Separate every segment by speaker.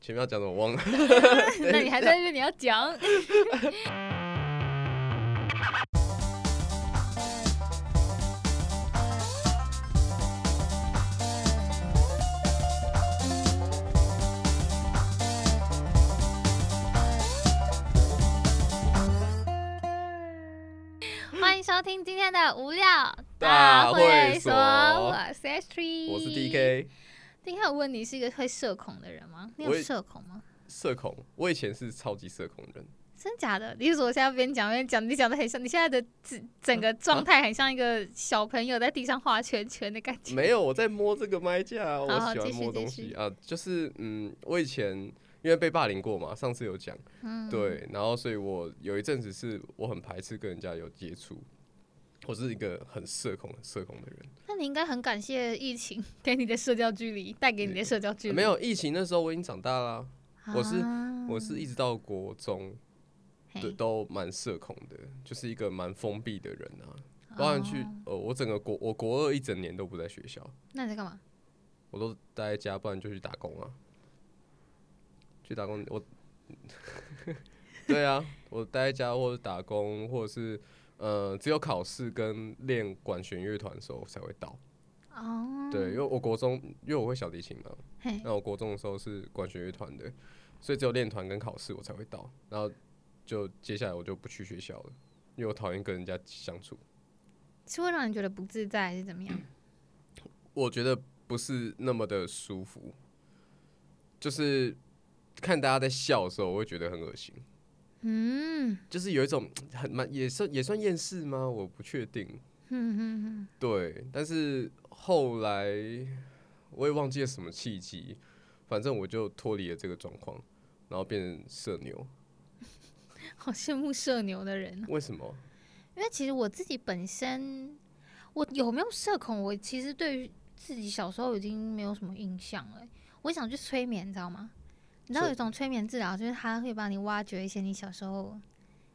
Speaker 1: 前面要讲什么忘了。
Speaker 2: 那你还在这里要讲？欢迎收听今天的无聊
Speaker 1: 大
Speaker 2: 会
Speaker 1: 会所
Speaker 2: 我是 H Tree，
Speaker 1: 我是 DK，
Speaker 2: DK，我问你是一个会社恐的人吗？你有
Speaker 1: 我也
Speaker 2: 社恐吗？
Speaker 1: 社恐，我以前是超级社恐的人，
Speaker 2: 真假的？你是说我现在边讲边讲，你讲的很像，你现在的整整个状态很像一个小朋友在地上画圈圈的感觉。
Speaker 1: 没有我在摸这个麦架，啊我
Speaker 2: 好
Speaker 1: 喜欢
Speaker 2: 继续
Speaker 1: 摸
Speaker 2: 继
Speaker 1: 东
Speaker 2: 续
Speaker 1: 西啊，就是嗯，我以前因为被霸凌过嘛，上次有讲，
Speaker 2: 嗯，
Speaker 1: 对，然后所以我有一阵子是我很排斥跟人家有接触，我是一个很社恐、很社恐的人。
Speaker 2: 那你应该很感谢疫情给你的社交距离，带给你的社交距离。
Speaker 1: 没，有疫情那时候我已经长大啦，我是
Speaker 2: 啊、
Speaker 1: 我是一直到国中对
Speaker 2: 嘿
Speaker 1: 都蛮社恐的，就是一个蛮封闭的人啊。包含去
Speaker 2: 哦
Speaker 1: 呃，我整个国我国二一整年都不在学校，
Speaker 2: 那你在干嘛？
Speaker 1: 我都待在家，不然就去打工啊。去打工，我， 对啊，我待在家或者打工，或者是呃，只有考试跟练管弦乐团的时候才会到。
Speaker 2: 哦，
Speaker 1: 对，因为我国中，因为我会小提琴嘛，
Speaker 2: 嘿，
Speaker 1: 那我国中的时候是管弦乐团的，所以只有练团跟考试我才会到，然后就接下来我就不去学校了，因为我讨厌跟人家相处。
Speaker 2: 是会让你觉得不自在还是怎么样？
Speaker 1: 我觉得不是那么的舒服，就是看大家在笑的时候，我会觉得很恶心，
Speaker 2: 嗯，
Speaker 1: 就是有一种很蛮也算也算厌世吗？我不确定。
Speaker 2: 哼哼哼，
Speaker 1: 对，但是后来我也忘记了什么契机，反正我就脱离了这个状况，然后变成社牛。
Speaker 2: 好羡慕社牛的人哦
Speaker 1: 为什么？
Speaker 2: 因为其实我自己本身，我有没有社恐，我其实对于自己小时候已经没有什么印象了欸。我想去催眠，你知道吗？你知道
Speaker 1: 是
Speaker 2: 有一种催眠治疗，就是它会帮你挖掘一些你小时候，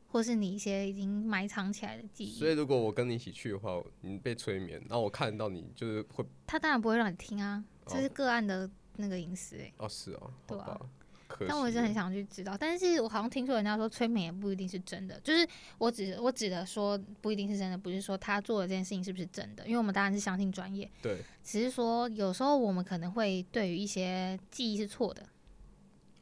Speaker 2: 或是你一些已经埋藏起来的记
Speaker 1: 所
Speaker 2: 忆。
Speaker 1: 以如果我跟你一起去的话，你被催眠，然后我看到你就是会
Speaker 2: 它当然不会让你听啊，这
Speaker 1: 哦
Speaker 2: 是个案的那个隐私、欸。
Speaker 1: 哦是哦，好
Speaker 2: 对啊
Speaker 1: 吧，可惜
Speaker 2: 但我是很
Speaker 1: 了
Speaker 2: 想去知道，但是我好像听说人家说催眠也不一定是真的，就是我指我指的说不一定是真的，不是说他做的这件事情是不是真的，因为我们当然是相信专业，
Speaker 1: 对
Speaker 2: 只是说有时候我们可能会对于一些记忆是错的，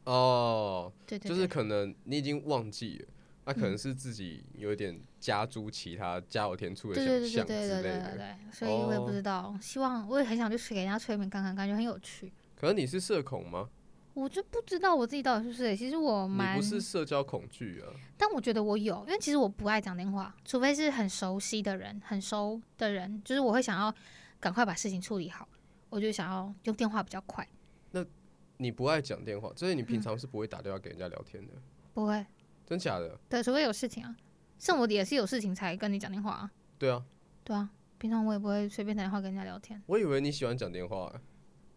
Speaker 1: 哦。
Speaker 2: 对对对，嗯
Speaker 1: 就是可能你已经忘记了，那、可能是自己有一点加诸其他加有添醋的
Speaker 2: 对对
Speaker 1: 想
Speaker 2: 对
Speaker 1: 象
Speaker 2: 对对
Speaker 1: 之
Speaker 2: 对
Speaker 1: 类
Speaker 2: 对
Speaker 1: 的。
Speaker 2: 对对，所以我也不
Speaker 1: 哦
Speaker 2: 知道，希望我也很想去给人家催眠看看，感觉很有趣。
Speaker 1: 可能你是社恐吗？
Speaker 2: 我就不知道我自己到底是不是，其实我
Speaker 1: 你
Speaker 2: 蛮
Speaker 1: 不，是社交恐惧啊？
Speaker 2: 但我觉得我有，因为其实我不爱讲电话，除非是很熟悉的人、很熟的人，就是我会想要赶快把事情处理好，我就想要用电话比较快，
Speaker 1: 你不爱讲电话，所以你平常是不会打电话给人家聊天的，
Speaker 2: 不会，
Speaker 1: 真假的？
Speaker 2: 对，除非有事情啊，像我也是有事情才跟你讲电话啊，
Speaker 1: 对啊，
Speaker 2: 对啊，平常我也不会随便打电话跟人家聊天，
Speaker 1: 我以为你喜欢讲电话欸、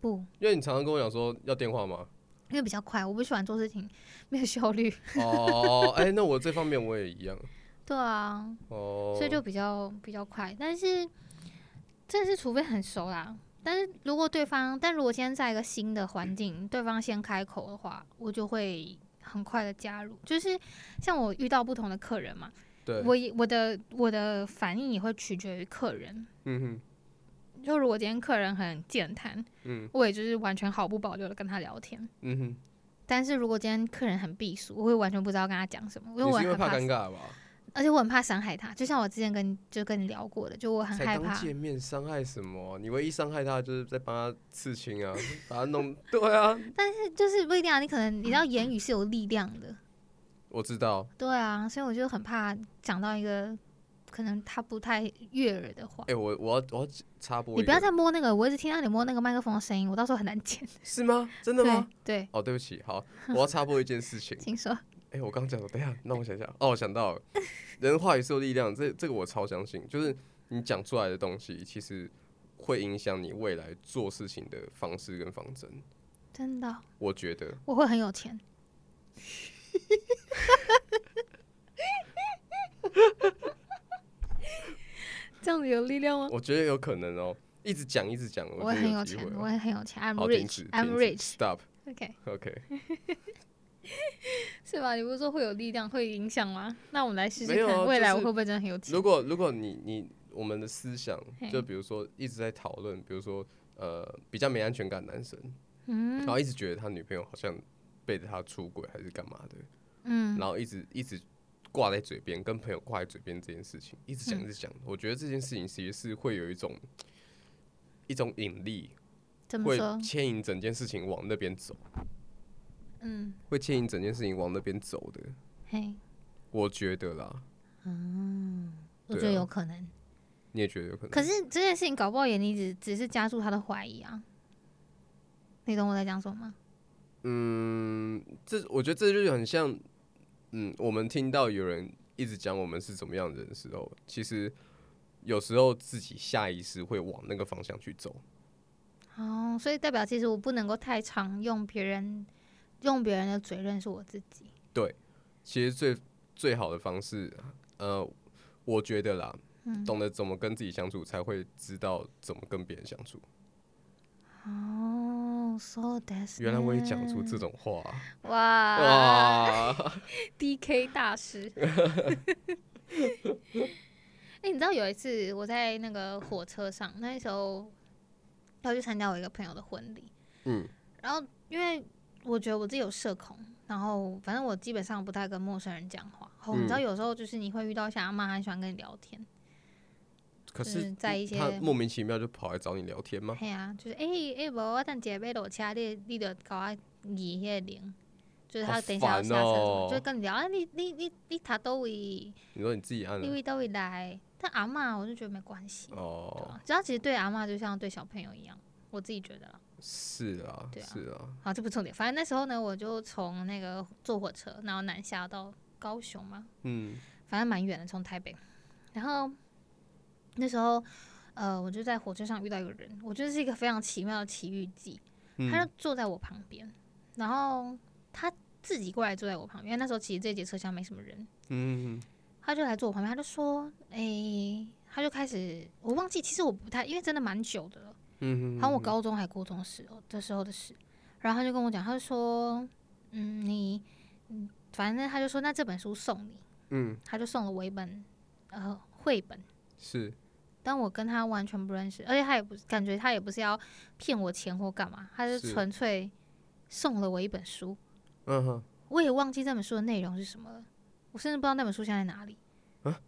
Speaker 2: 不。
Speaker 1: 因为你常常跟我讲说要电话 吗？
Speaker 2: 因为比较快，我不喜欢做事情没有效率。
Speaker 1: 哦，哎、那我这方面我也一样
Speaker 2: 对啊，
Speaker 1: 哦。
Speaker 2: 所以就比较比较快。但是这是除非很熟啦。但是如果对方，但如果今天在一个新的环境，对方先开口的话，我就会很快的加入。就是像我遇到不同的客人嘛，
Speaker 1: 对，
Speaker 2: 我也我的我的反应也会取决于客人。
Speaker 1: 嗯哼，
Speaker 2: 就如果今天客人很健谈，
Speaker 1: 嗯
Speaker 2: 我也就是完全毫不保留的跟他聊天。
Speaker 1: 嗯哼，
Speaker 2: 但是如果今天客人很避暑，我会完全不知道跟他讲什么，因为
Speaker 1: 你
Speaker 2: 我
Speaker 1: 是因
Speaker 2: 很
Speaker 1: 为
Speaker 2: 害
Speaker 1: 怕
Speaker 2: 怕
Speaker 1: 尴尬吧？
Speaker 2: 而且我很怕伤害他，就像我之前跟就跟你聊过的，就我很
Speaker 1: 才
Speaker 2: 害
Speaker 1: 刚
Speaker 2: 怕。
Speaker 1: 见面，伤害什么？你唯一伤害他就是在帮他刺青啊，把他弄 对啊，
Speaker 2: 就是不一定啊，你可能你 知道言语是有力量的，
Speaker 1: 我知道。
Speaker 2: 对啊，所以我就很怕讲到一个可能他不太悦耳的话
Speaker 1: 哎、。我我要我要插播一个，
Speaker 2: 你不要再摸那个，我一直听到你摸那个麦克风的声音，我到时候很难剪。
Speaker 1: 是吗？真的
Speaker 2: 对
Speaker 1: 吗？
Speaker 2: 对，。
Speaker 1: 哦，对不起，好，我要插播一件事情
Speaker 2: 请说。
Speaker 1: 哎、我刚讲的，等一下，让我想想。哦，我想到了，人话语是有力量，这这个我超相信，就是你讲出来的东西，其实会影响你未来做事情的方式跟方针。
Speaker 2: 真的哦，
Speaker 1: 我觉得，
Speaker 2: 我会很有钱。这样子有力量吗？
Speaker 1: 我觉得有可能哦，一直讲一直讲，
Speaker 2: 我
Speaker 1: 觉
Speaker 2: 会
Speaker 1: 得
Speaker 2: 很有
Speaker 1: 机会
Speaker 2: 钱，
Speaker 1: 哦
Speaker 2: 我会很有钱。I'm
Speaker 1: 好，停止
Speaker 2: rich, I'm
Speaker 1: 停止
Speaker 2: rich。
Speaker 1: Stop，
Speaker 2: OK，
Speaker 1: OK，
Speaker 2: 是吧？你不是说会有力量，会影响吗？那我们来试试
Speaker 1: 没有啊
Speaker 2: 看，未来
Speaker 1: 就
Speaker 2: 我
Speaker 1: 是
Speaker 2: 会不会真的很有钱
Speaker 1: 如？果如果你你我们的思想
Speaker 2: 嘿，
Speaker 1: 就比如说一直在讨论，比如说呃比较没安全感的男生，
Speaker 2: 嗯
Speaker 1: 然后一直觉得他女朋友好像背着他出轨还是干嘛的，
Speaker 2: 嗯
Speaker 1: 然后一直一直挂在嘴边，跟朋友挂在嘴边这件事情，一直讲
Speaker 2: 嗯
Speaker 1: 一直讲，我觉得这件事情其实是会有一种一种引力，
Speaker 2: 怎么
Speaker 1: 会
Speaker 2: 说？
Speaker 1: 牵引整件事情往那边走，
Speaker 2: 嗯，
Speaker 1: 会牵引整件事情往那边走的，
Speaker 2: 嘿，
Speaker 1: 我觉得啦，
Speaker 2: 我
Speaker 1: 对
Speaker 2: 觉得
Speaker 1: 啊
Speaker 2: 有可能。
Speaker 1: 你也觉得有可能？
Speaker 2: 可是这件事情搞不好也你只只是加速他的怀疑啊，你懂我在讲什么吗？
Speaker 1: 嗯，这我觉得这就是很像，嗯，我们听到有人一直讲我们是怎么样的人的时候，其实有时候自己下意识会往那个方向去走。
Speaker 2: 哦，所以代表其实我不能够太常用别人用别人的嘴认识我自己。
Speaker 1: 其实最最好的方式，呃，我觉得啦，
Speaker 2: 嗯
Speaker 1: 懂得怎么跟自己相处，才会知道怎么跟别人相处。
Speaker 2: 哦，so that's
Speaker 1: 原来我也讲出这种话啊、
Speaker 2: 嗯哇
Speaker 1: 哇！
Speaker 2: DK 大师。 哎、你知道有一次我在那个火车上，那时候要去参加我一个朋友的婚礼，
Speaker 1: 嗯，
Speaker 2: 然后因为我觉得我自己有社恐，然后反正我基本上不太跟陌生人讲话。哦，你知道
Speaker 1: 嗯
Speaker 2: 有时候就是你会遇到一些阿妈很喜欢跟你聊天，
Speaker 1: 可
Speaker 2: 就是
Speaker 1: 是
Speaker 2: 在一些
Speaker 1: 他莫名其妙就跑来找你聊天吗？
Speaker 2: 嘿啊，就是诶诶，无、我等一下要落车，你你就搞我移迄个铃，就是他
Speaker 1: 好
Speaker 2: 等一下要下车什么，
Speaker 1: 烦哦
Speaker 2: 就跟你聊，啊，你你你你他都位，你
Speaker 1: 你说你自己按了
Speaker 2: 位都位来。但阿嬷我就觉得没关系，对
Speaker 1: 哦，
Speaker 2: 啊只要其实对阿嬷就像对小朋友一样，我自己觉得啦。
Speaker 1: 是啊，
Speaker 2: 对啊
Speaker 1: 是啊，
Speaker 2: 好，这不重点。反正那时候呢，我就从那个坐火车，然后南下到高雄嘛，
Speaker 1: 嗯
Speaker 2: 反正蛮远的，从台北。然后那时候，呃，我就在火车上遇到一个人，我觉得是一个非常奇妙的奇遇记。
Speaker 1: 嗯。
Speaker 2: 他就坐在我旁边，然后他自己过来坐在我旁边。因为那时候其实这节车厢没什么人，
Speaker 1: 嗯，
Speaker 2: 他就来坐我旁边，他就说：“诶、他就开始，我忘记，其实我不太，因为真的蛮久的了，
Speaker 1: 嗯，
Speaker 2: 好像我高中还高中时候的时候的事。”然后他就跟我讲，他就说：“嗯，你，嗯，反正他就说，那这本书送你。”
Speaker 1: 嗯
Speaker 2: 他就送了我一本呃绘本，
Speaker 1: 是
Speaker 2: 但我跟他完全不认识，而且他也不感觉他也不是要骗我钱或干嘛，他就是纯粹送了我一本书，
Speaker 1: 嗯哼，
Speaker 2: 我也忘记这本书的内容是什么了，我甚至不知道那本书现在在哪里。
Speaker 1: 啊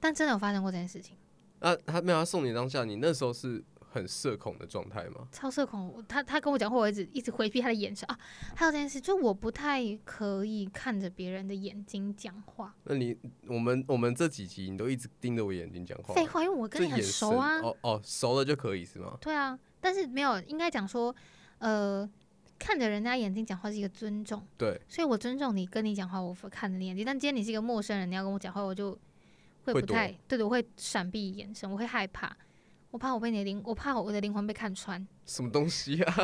Speaker 2: 但真的有发生过这件事情，
Speaker 1: 啊，他没有他送你当下，你那时候是很社恐的状态吗？
Speaker 2: 超社恐。我他他跟我讲话，我一直一直回避他的眼神啊。还有这件事，就我不太可以看着别人的眼睛讲话，
Speaker 1: 那你我们我们这几集你都一直盯着我眼睛讲话，
Speaker 2: 废话，因为我
Speaker 1: 这
Speaker 2: 跟你很
Speaker 1: 眼
Speaker 2: 熟
Speaker 1: 神
Speaker 2: 啊。
Speaker 1: 哦哦，熟了就可以是吗？
Speaker 2: 对啊，但是没有，应该讲说，呃，看着人家眼睛讲话是一个尊重，
Speaker 1: 对，
Speaker 2: 所以我尊重你，跟你讲话，我不看着你眼睛。但今天你是一个陌生人，你要跟我讲话，我就会
Speaker 1: 会
Speaker 2: 不
Speaker 1: 躲
Speaker 2: 太对的，我会闪避眼神，我会害怕，我怕我被你的灵，我怕我的灵魂被看穿。
Speaker 1: 什么东西啊？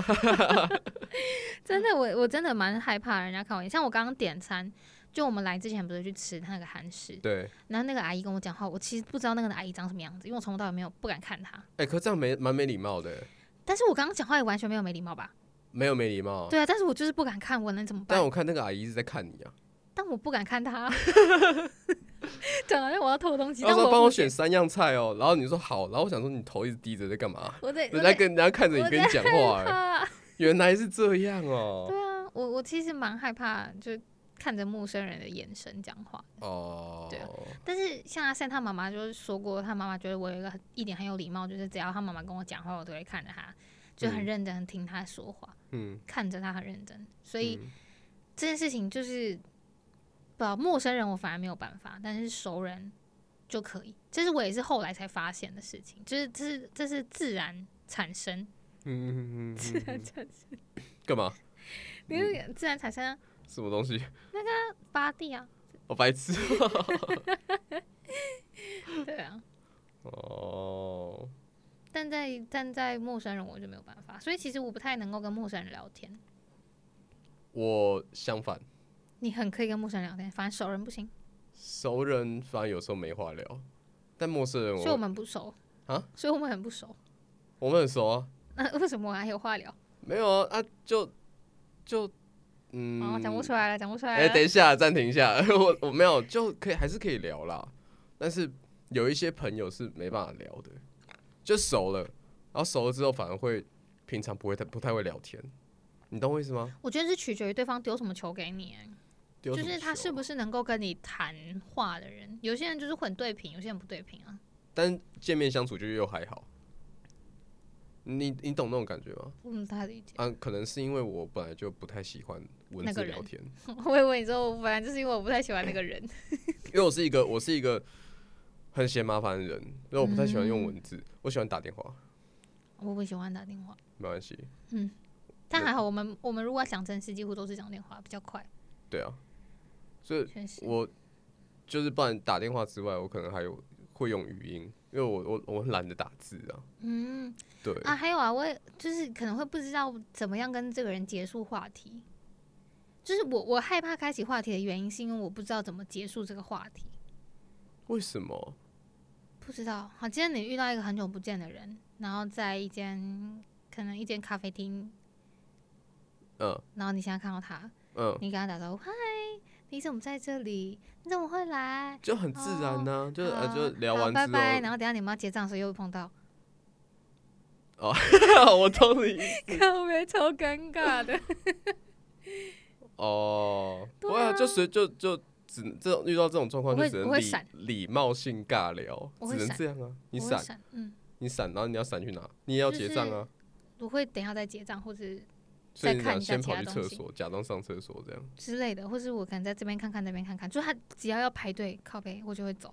Speaker 2: 真的，我我真的蛮害怕人家看我眼。像我刚刚点餐，就我们来之前不是去吃那个韩式，
Speaker 1: 对，
Speaker 2: 然后那个阿姨跟我讲话，我其实不知道那个阿姨长什么样子，因为我从头到尾没有不敢看她。
Speaker 1: 哎，可这样没蛮没礼貌的，
Speaker 2: 但是我刚刚讲话也完全没有没礼貌吧？
Speaker 1: 没有没礼貌。
Speaker 2: 对啊，但是我就是不敢看，我能怎么办
Speaker 1: 哦但？我看那个阿姨一直在看你啊，
Speaker 2: 但我不敢看他， 讲好像我要偷东西，
Speaker 1: 她
Speaker 2: 但
Speaker 1: 哦说
Speaker 2: 我
Speaker 1: 帮
Speaker 2: 不
Speaker 1: 我
Speaker 2: 敢
Speaker 1: 选，三样菜哦，然后你说好，然后我想说你头一直低着在干嘛？
Speaker 2: 我在
Speaker 1: 人家跟人家看着
Speaker 2: 我
Speaker 1: 你跟你
Speaker 2: 在
Speaker 1: 讲话欸，
Speaker 2: 怕，
Speaker 1: 原来是这样哦，
Speaker 2: 对啊，我我其实蛮害怕，就看着陌生人的眼神讲话。
Speaker 1: 哦，
Speaker 2: 对啊但是像阿善他妈妈就是说过，他妈妈觉得我有一个很一点很有礼貌，就是只要他妈妈跟我讲话，我都会看着他，就很
Speaker 1: 嗯
Speaker 2: 认真地听他说话，
Speaker 1: 嗯，
Speaker 2: 看着他很认真。所以
Speaker 1: 嗯
Speaker 2: 这件事情就是，把陌生人我反而没有办法，但是熟人就可以。这是我也是后来才发现的事情，就是这是这是自然产生，
Speaker 1: 嗯嗯嗯嗯
Speaker 2: 自
Speaker 1: 嗯
Speaker 2: 然
Speaker 1: 嗯，
Speaker 2: 产生，
Speaker 1: 干嘛？
Speaker 2: 因为
Speaker 1: 嗯
Speaker 2: 自然产生啊
Speaker 1: 什么东西？
Speaker 2: 巴蒂啊，
Speaker 1: 我白 痴
Speaker 2: 对啊。
Speaker 1: 哦，
Speaker 2: 但在但在陌生人我就没有办法，所以其实我不太能够跟陌生人聊天。
Speaker 1: 我相反，
Speaker 2: 你很可以跟陌生人聊天，反正熟人不行，
Speaker 1: 熟人反而有时候没话聊，但陌生人
Speaker 2: 所以我
Speaker 1: 我
Speaker 2: 们不熟
Speaker 1: 啊，
Speaker 2: 所以我们很不熟。
Speaker 1: 我们很熟啊，
Speaker 2: 那、为什么我还有话聊？
Speaker 1: 没有啊啊就就
Speaker 2: 哦，
Speaker 1: 嗯，
Speaker 2: 讲不出来了，讲不出来
Speaker 1: 哎、
Speaker 2: 了。
Speaker 1: 等一下，暂停一下， 我我没有，就可以还是可以聊啦。但是有一些朋友是没办法聊的，就熟了，然后熟了之后反而会平常不会太不太会聊天，你懂我意思吗？
Speaker 2: 我觉得是取决于对方丢什么球给你、哎
Speaker 1: 就
Speaker 2: 就是他是
Speaker 1: 是？
Speaker 2: 不是能够跟你谈话的人。有些人就是很对平，有些人不对平啊。
Speaker 1: 但见面相处就又还好，你你懂那种感觉吗？
Speaker 2: 我不太理解。
Speaker 1: 啊，可能是因为我本来就不太喜欢文
Speaker 2: 那
Speaker 1: 字
Speaker 2: 个
Speaker 1: 聊
Speaker 2: 人
Speaker 1: 天，
Speaker 2: 我以为你说我本来就是因为我不太喜欢那个人。
Speaker 1: 因为我是一个我是一个很嫌麻烦的人，所以我不太喜欢用文字，我喜欢打电话，
Speaker 2: 我不喜欢打电话，
Speaker 1: 没关系，
Speaker 2: 但还好我们我们如果要讲正事，几乎都是讲电话比较快，
Speaker 1: 对啊，所以
Speaker 2: 确实。
Speaker 1: 我就是不然打电话之外，我可能还有会用语音，因为我我我很懒得打字啊。
Speaker 2: 嗯
Speaker 1: 对，
Speaker 2: 啊，还有啊，我也就是可能会不知道怎么样跟这个人结束话题，就是我我害怕开启话题的原因，是因为我不知道怎么结束这个话题，
Speaker 1: 为什么？
Speaker 2: 不知道。好，今天你遇到一个很久不见的人，然后在一间可能一间咖啡厅，
Speaker 1: 嗯
Speaker 2: 然后你现在看到他，
Speaker 1: 嗯，
Speaker 2: 你跟他打招呼，嗨，你怎么在这里？你怎么会来？
Speaker 1: 就很自然呐、就呃
Speaker 2: 哦好
Speaker 1: 就聊
Speaker 2: 好
Speaker 1: 完
Speaker 2: 拜
Speaker 1: 之
Speaker 2: 拜，
Speaker 1: 后，
Speaker 2: 然后等一下你们要结账的时候又会碰 到，
Speaker 1: 啊我懂你
Speaker 2: 特别超尴尬的。
Speaker 1: 哦。
Speaker 2: 对
Speaker 1: 不会啊，
Speaker 2: 啊
Speaker 1: 就随就就只这种遇到这种状况，
Speaker 2: 我
Speaker 1: 就
Speaker 2: 会
Speaker 1: 只
Speaker 2: 我
Speaker 1: 能
Speaker 2: 会
Speaker 1: 礼
Speaker 2: 闪
Speaker 1: 礼貌性尬聊，
Speaker 2: 我
Speaker 1: 只
Speaker 2: 会
Speaker 1: 能
Speaker 2: 闪
Speaker 1: 这样啊。 你
Speaker 2: 我会
Speaker 1: 闪
Speaker 2: 闪，嗯，
Speaker 1: 你闪，然后你要闪去哪？你也要
Speaker 2: 就
Speaker 1: 结账
Speaker 2: 是
Speaker 1: 啊。
Speaker 2: 我会等一下再结账，或者
Speaker 1: 所以
Speaker 2: 再
Speaker 1: 你
Speaker 2: 看
Speaker 1: 想
Speaker 2: 一下
Speaker 1: 先
Speaker 2: 其
Speaker 1: 跑
Speaker 2: 他
Speaker 1: 去
Speaker 2: 东
Speaker 1: 厕
Speaker 2: 西
Speaker 1: 所，假装上厕所这样。
Speaker 2: 之类的，或是我可能在这边看看那边看看，就他只要要排队靠背，我就会走，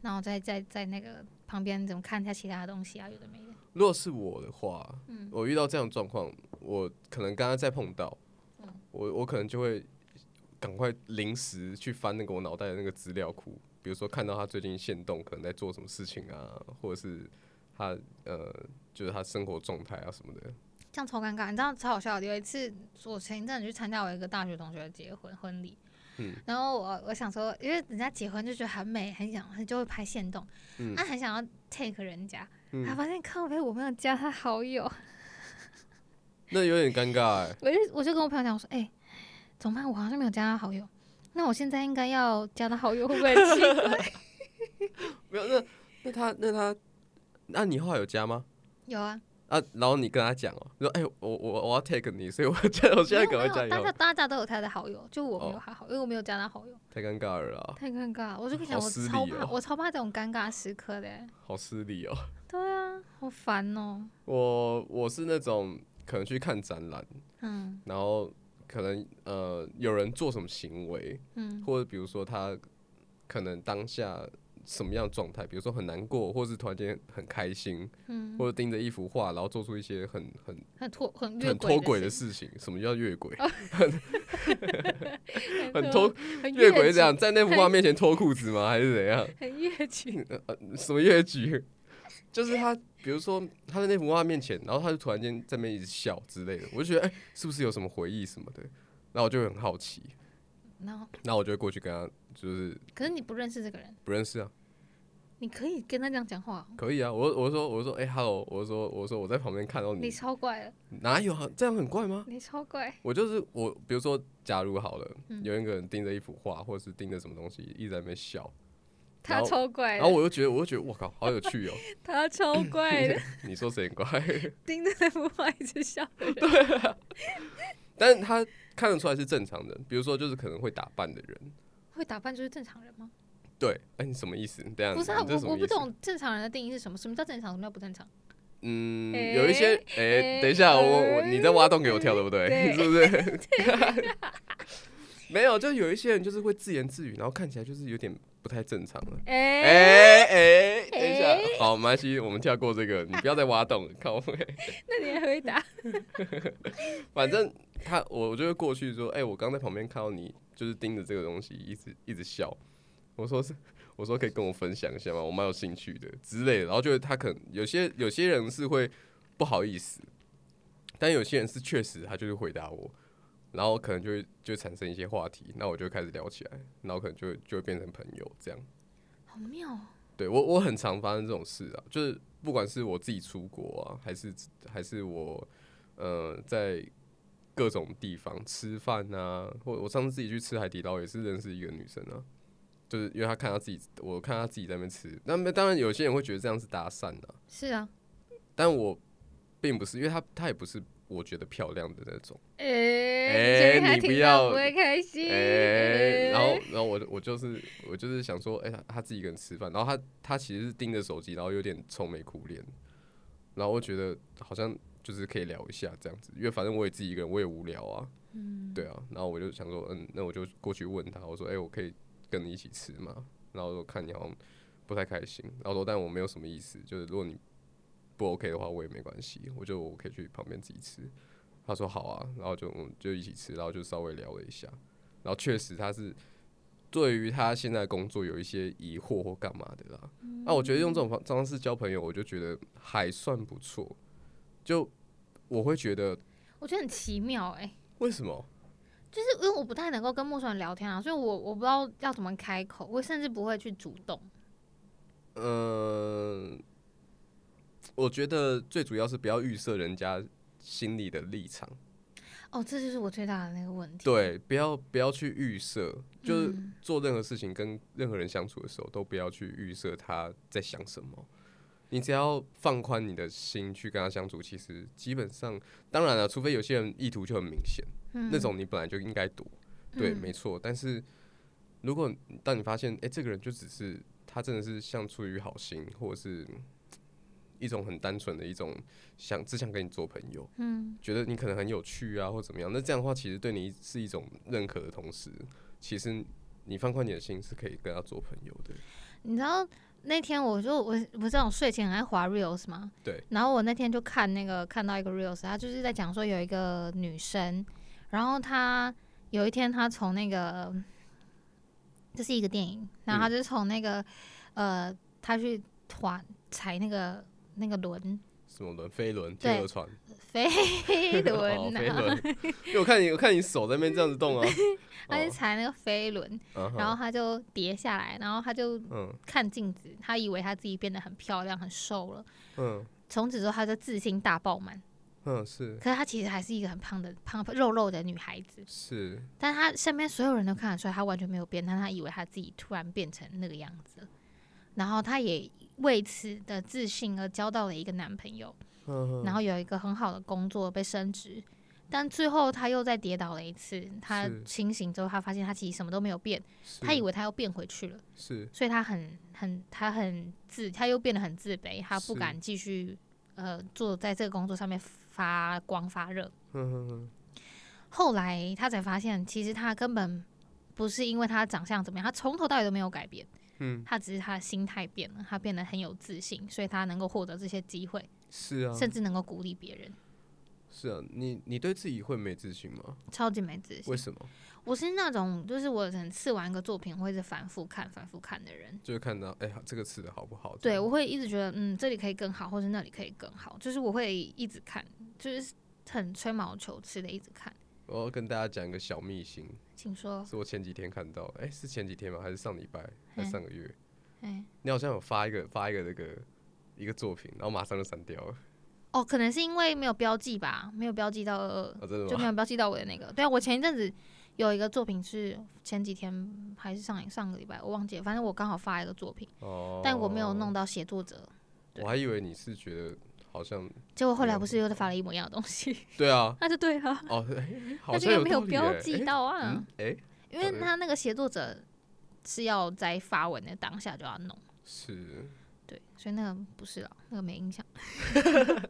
Speaker 2: 然后再再在那个旁边怎么看一下其他的东西啊，有的没的。
Speaker 1: 如果是我的话，
Speaker 2: 嗯
Speaker 1: 我遇到这样的状况，我可能刚刚再碰到，
Speaker 2: 嗯
Speaker 1: 我我可能就会赶快临时去翻那个我脑袋的那个资料库，比如说看到他最近现动可能在做什么事情啊，或者是他呃就是他生活状态啊什么的。
Speaker 2: 这样超尴尬，你知道超好笑的。有一次，我前一阵子去参加我一个大学同学的结婚婚礼，
Speaker 1: 嗯
Speaker 2: 然后我我想说，因为人家结婚就觉得很美，很想很就会拍现动，
Speaker 1: 嗯
Speaker 2: 他、很想要 take 人家，啊
Speaker 1: 嗯
Speaker 2: 他、发现靠背我没有加他好友，
Speaker 1: 那有点尴尬哎、
Speaker 2: 我就我就跟我朋友讲，我说，哎、怎么办？我好像没有加他好友，那我现在应该要加他好友，会不会很奇怪？
Speaker 1: 没有那那他那他那你后来有加吗？
Speaker 2: 有啊，
Speaker 1: 啊，然后你跟他讲哦、你说哎、我我我要 take 你，所以我加我现在赶
Speaker 2: 没有没
Speaker 1: 快
Speaker 2: 有
Speaker 1: 加你
Speaker 2: 大
Speaker 1: 好
Speaker 2: 家
Speaker 1: 了，
Speaker 2: 大家都有他的好友，就我没有
Speaker 1: 哦
Speaker 2: 他好友，因为我没有加他好友，
Speaker 1: 太尴尬了啦，
Speaker 2: 太尴尬了。我就跟你讲，
Speaker 1: 好
Speaker 2: 我
Speaker 1: 失
Speaker 2: 超
Speaker 1: 礼
Speaker 2: 怕，
Speaker 1: 哦
Speaker 2: 我超怕这种尴尬时刻的欸、
Speaker 1: 好失礼哦、
Speaker 2: 对啊，好烦哦、
Speaker 1: 我我是那种可能去看展览，
Speaker 2: 嗯
Speaker 1: 然后可能呃有人做什么行为，
Speaker 2: 嗯
Speaker 1: 或者比如说他可能当下什么样的状态，比如说很难过，或是突然间很开心，
Speaker 2: 嗯，
Speaker 1: 或者盯着一幅画，然后做出一些很很
Speaker 2: 很脱很越
Speaker 1: 很脱轨
Speaker 2: 轨
Speaker 1: 的
Speaker 2: 的，
Speaker 1: 事情。什么叫越轨？
Speaker 2: 很
Speaker 1: 很脱
Speaker 2: 啊很
Speaker 1: 越轨是这
Speaker 2: 矩
Speaker 1: 样，在那幅画面前脱裤子吗？还是怎样？
Speaker 2: 很越矩，
Speaker 1: 什么越剧？ 就是他，比如说他在那幅画面前，然后他就突然间在那边一直笑之类的，我就觉得哎、是不是有什么回忆什么的？然后我就会很好奇，
Speaker 2: 然后
Speaker 1: 然后我就会过去跟他，就是
Speaker 2: 可是你不认识这个人，
Speaker 1: 不认识啊，
Speaker 2: 你可以跟他这样讲话哦，
Speaker 1: 可以啊，我我说我说哎、hello，我说我说我在旁边看到
Speaker 2: 你
Speaker 1: 你，
Speaker 2: 超怪的，
Speaker 1: 哪有啊？这样很怪吗？
Speaker 2: 你超怪，
Speaker 1: 我就是我，比如说假如好了，
Speaker 2: 嗯
Speaker 1: 有一个人盯着一幅画，或者是盯着什么东西一直在那边笑，然
Speaker 2: 他
Speaker 1: 后
Speaker 2: 超怪
Speaker 1: 然后
Speaker 2: 的，
Speaker 1: 我就觉得我就觉得我靠，好有趣哦、
Speaker 2: 他超 怪的，
Speaker 1: 你说谁很怪？
Speaker 2: 盯着那幅画一直笑的人，
Speaker 1: 啊但是他看得出来是正常人，比如说就是可能会打扮的人，
Speaker 2: 会打扮就是正常人吗？
Speaker 1: 对，哎、你什么意思？这样
Speaker 2: 不是啊，
Speaker 1: 你这什
Speaker 2: 我
Speaker 1: 么
Speaker 2: 我
Speaker 1: 意
Speaker 2: 不
Speaker 1: 思。
Speaker 2: 懂正常人的定义是什么，什么叫正常，什么叫不正常？
Speaker 1: 嗯，
Speaker 2: 哎
Speaker 1: 有一些，哎、
Speaker 2: 哎
Speaker 1: 等一下，我我你在挖洞给我跳，
Speaker 2: 哎
Speaker 1: 对不对？
Speaker 2: 对
Speaker 1: 是不是？ 没有，就有一些人就是会自言自语，然后看起来就是有点不太正常了。哎
Speaker 2: 哎，
Speaker 1: 哎、等一下，
Speaker 2: 哎
Speaker 1: 好，没关系，我们跳过这个，你不要再挖洞了，靠背。
Speaker 2: 那你还回
Speaker 1: 哎
Speaker 2: 答？
Speaker 1: 反正他，我我就会过去说，哎、我刚在旁边看到你就是盯着这个东西，一直一直笑。我说是，我说可以跟我分享一下吗？我蛮有兴趣的之类的。然后就是他可能有些有些人是会不好意思，但有些人是确实他就是回答我，然后可能就会就会产生一些话题，那我就会开始聊起来，然后可能就会就会变成朋友这样。
Speaker 2: 好妙哦，
Speaker 1: 对我我很常发生这种事啊，就是不管是我自己出国啊，还是还是我呃在各种地方吃饭啊，或我上次自己去吃海底捞也是认识一个女生啊，就是因为她看她自己，我看她自己在那边吃，那么当然有些人会觉得这样是搭讪啊，
Speaker 2: 是啊，
Speaker 1: 但我并不是，因为她她也不是我觉得漂亮的那种，
Speaker 2: 哎、
Speaker 1: 哎
Speaker 2: 所以他
Speaker 1: 你不
Speaker 2: 听到
Speaker 1: 要
Speaker 2: 不会开心。
Speaker 1: 哎、
Speaker 2: 哎
Speaker 1: 然后然后我我就是我就是想说，哎、她她自己一个人吃饭，然后她她其实是盯着手机，然后有点愁眉苦脸，然后我觉得好像就是可以聊一下这样子，因为反正我也自己一个人，我也无聊啊，
Speaker 2: 嗯，
Speaker 1: 对啊，然后我就想说，嗯，那我就过去问他，我说，哎、我可以跟你一起吃吗？然后我看你好像不太开心，然后说，但我没有什么意思，就是如果你不 OK 的话，我也没关系，我就我可以去旁边自己吃。他说好啊，然后就我们就一起吃，然后就稍微聊了一下，然后确实他是对于他现在工作有一些疑惑或干嘛的啦。那、我觉得用这种方方式交朋友，我就觉得还算不错，就我会觉得
Speaker 2: 我觉得很奇妙哎、
Speaker 1: 为什么？
Speaker 2: 就是因为我不太能够跟陌生人聊天啊，所以我我不知道要怎么开口，我甚至不会去主动。
Speaker 1: 嗯，我觉得最主要是不要预设人家心里的立场，
Speaker 2: 哦，这就是我最大的那个问题。
Speaker 1: 对，不要不要去预设，就是
Speaker 2: 嗯
Speaker 1: 做任何事情跟任何人相处的时候，都不要去预设他在想什么。你只要放宽你的心去跟他相处，其实基本上，当然了，除非有些人意图就很明显，
Speaker 2: 嗯
Speaker 1: 那种你本来就应该躲，对，
Speaker 2: 嗯
Speaker 1: 没错。但是如果当你发现，哎、这个人就只是他真的是像出于好心，或者是一种很单纯的一种想只想跟你做朋友，
Speaker 2: 嗯，
Speaker 1: 觉得你可能很有趣啊，或怎么样，那这样的话其实对你是一种认可的同时，其实你放宽你的心是可以跟他做朋友的。
Speaker 2: 你知道那天我就我不是那种睡前很爱滑 reels 吗？
Speaker 1: 对。
Speaker 2: 然后我那天就看那个看到一个 reels，他就是在讲说有一个女生，然后她有一天她从那个这是一个电影，然
Speaker 1: 嗯
Speaker 2: 后她就从那个、呃，她去滑踩那个那个轮
Speaker 1: 什么轮飞轮、天鹅船、
Speaker 2: 飞
Speaker 1: 哦
Speaker 2: 轮、
Speaker 1: 飞
Speaker 2: 啊，
Speaker 1: 轮，因为我看你，我看你手在那边这样子 动啊，
Speaker 2: 她就踩那个飞轮，
Speaker 1: 哦
Speaker 2: 然后
Speaker 1: 啊哈
Speaker 2: 她就跌下来，然后她就
Speaker 1: 嗯
Speaker 2: 看镜子，她以为她自己变得很漂亮、很瘦了。
Speaker 1: 嗯
Speaker 2: 从此之后，她就自信大爆满。
Speaker 1: 嗯，是
Speaker 2: 可是她其实还是一个很胖的、胖肉肉的女孩子，
Speaker 1: 是，
Speaker 2: 但她身边所有人都看得出来，她完全没有变，但她以为她自己突然变成那个样子了。然后她也为此的自信而交到了一个男朋友，
Speaker 1: 嗯嗯
Speaker 2: 然后有一个很好的工作被升职，但最后她又再跌倒了一次。她
Speaker 1: 是
Speaker 2: 清醒之后，她发现她其实什么都没有变，
Speaker 1: 是
Speaker 2: 她以为她又变回去了，
Speaker 1: 是
Speaker 2: 所以她很很她很自，她又变得很自卑，她
Speaker 1: 是
Speaker 2: 不敢继续呃做在这个工作上面发光发热。
Speaker 1: 嗯哼哼，
Speaker 2: 后来他才发现，其实他根本不是因为他长相怎么样，他从头到尾都没有改变，
Speaker 1: 嗯，
Speaker 2: 他只是他的心态变了，他变得很有自信，所以他能够获得这些机会，
Speaker 1: 是啊，
Speaker 2: 甚至能够鼓励别人，
Speaker 1: 是啊，你你对自己会没自信吗？
Speaker 2: 超级没自信
Speaker 1: 为。什么？
Speaker 2: 我是那种，就是我可能刺完一个作品，我会一直反复看、反复看的人。
Speaker 1: 就是看到哎、呀，这个吃的好不好？这
Speaker 2: 对，
Speaker 1: 样，
Speaker 2: 我会一直觉得，嗯，这里可以更好，或者那里可以更好，就是我会一直看，就是很吹毛求疵的一直看。
Speaker 1: 我要跟大家讲一个小秘辛，
Speaker 2: 请说，
Speaker 1: 是我前几天看到，哎、是前几天吗？还是上礼拜？还
Speaker 2: 嘿
Speaker 1: 是上个月？
Speaker 2: 哎，
Speaker 1: 你好像有发一个发一个那个一个作品，然后马上就删掉了，
Speaker 2: 哦，可能是因为没有标记吧，没有标记到二二
Speaker 1: 啊，真的
Speaker 2: 就没
Speaker 1: 吗？
Speaker 2: 有标记到我的那个。对啊，我前一阵子有一个作品是前几天还是上上个礼拜，我忘记了，反正我刚好发一个作品，
Speaker 1: 哦，
Speaker 2: 但我没有弄，到写作者，对
Speaker 1: 我还以为你是觉得好像，
Speaker 2: 结果后来不是又发了一模一样的东西，
Speaker 1: 对啊，
Speaker 2: 那就对了，
Speaker 1: 哦，哎好
Speaker 2: 那就
Speaker 1: 像
Speaker 2: 又没有
Speaker 1: 道理
Speaker 2: 标
Speaker 1: 哎
Speaker 2: 记
Speaker 1: 哎
Speaker 2: 到
Speaker 1: 嗯
Speaker 2: 啊，，
Speaker 1: 哎、
Speaker 2: 因为
Speaker 1: 对
Speaker 2: 他那个写作者是要在发文的当下就要弄，
Speaker 1: 是，
Speaker 2: 对，所以那个不是了，那个没影响。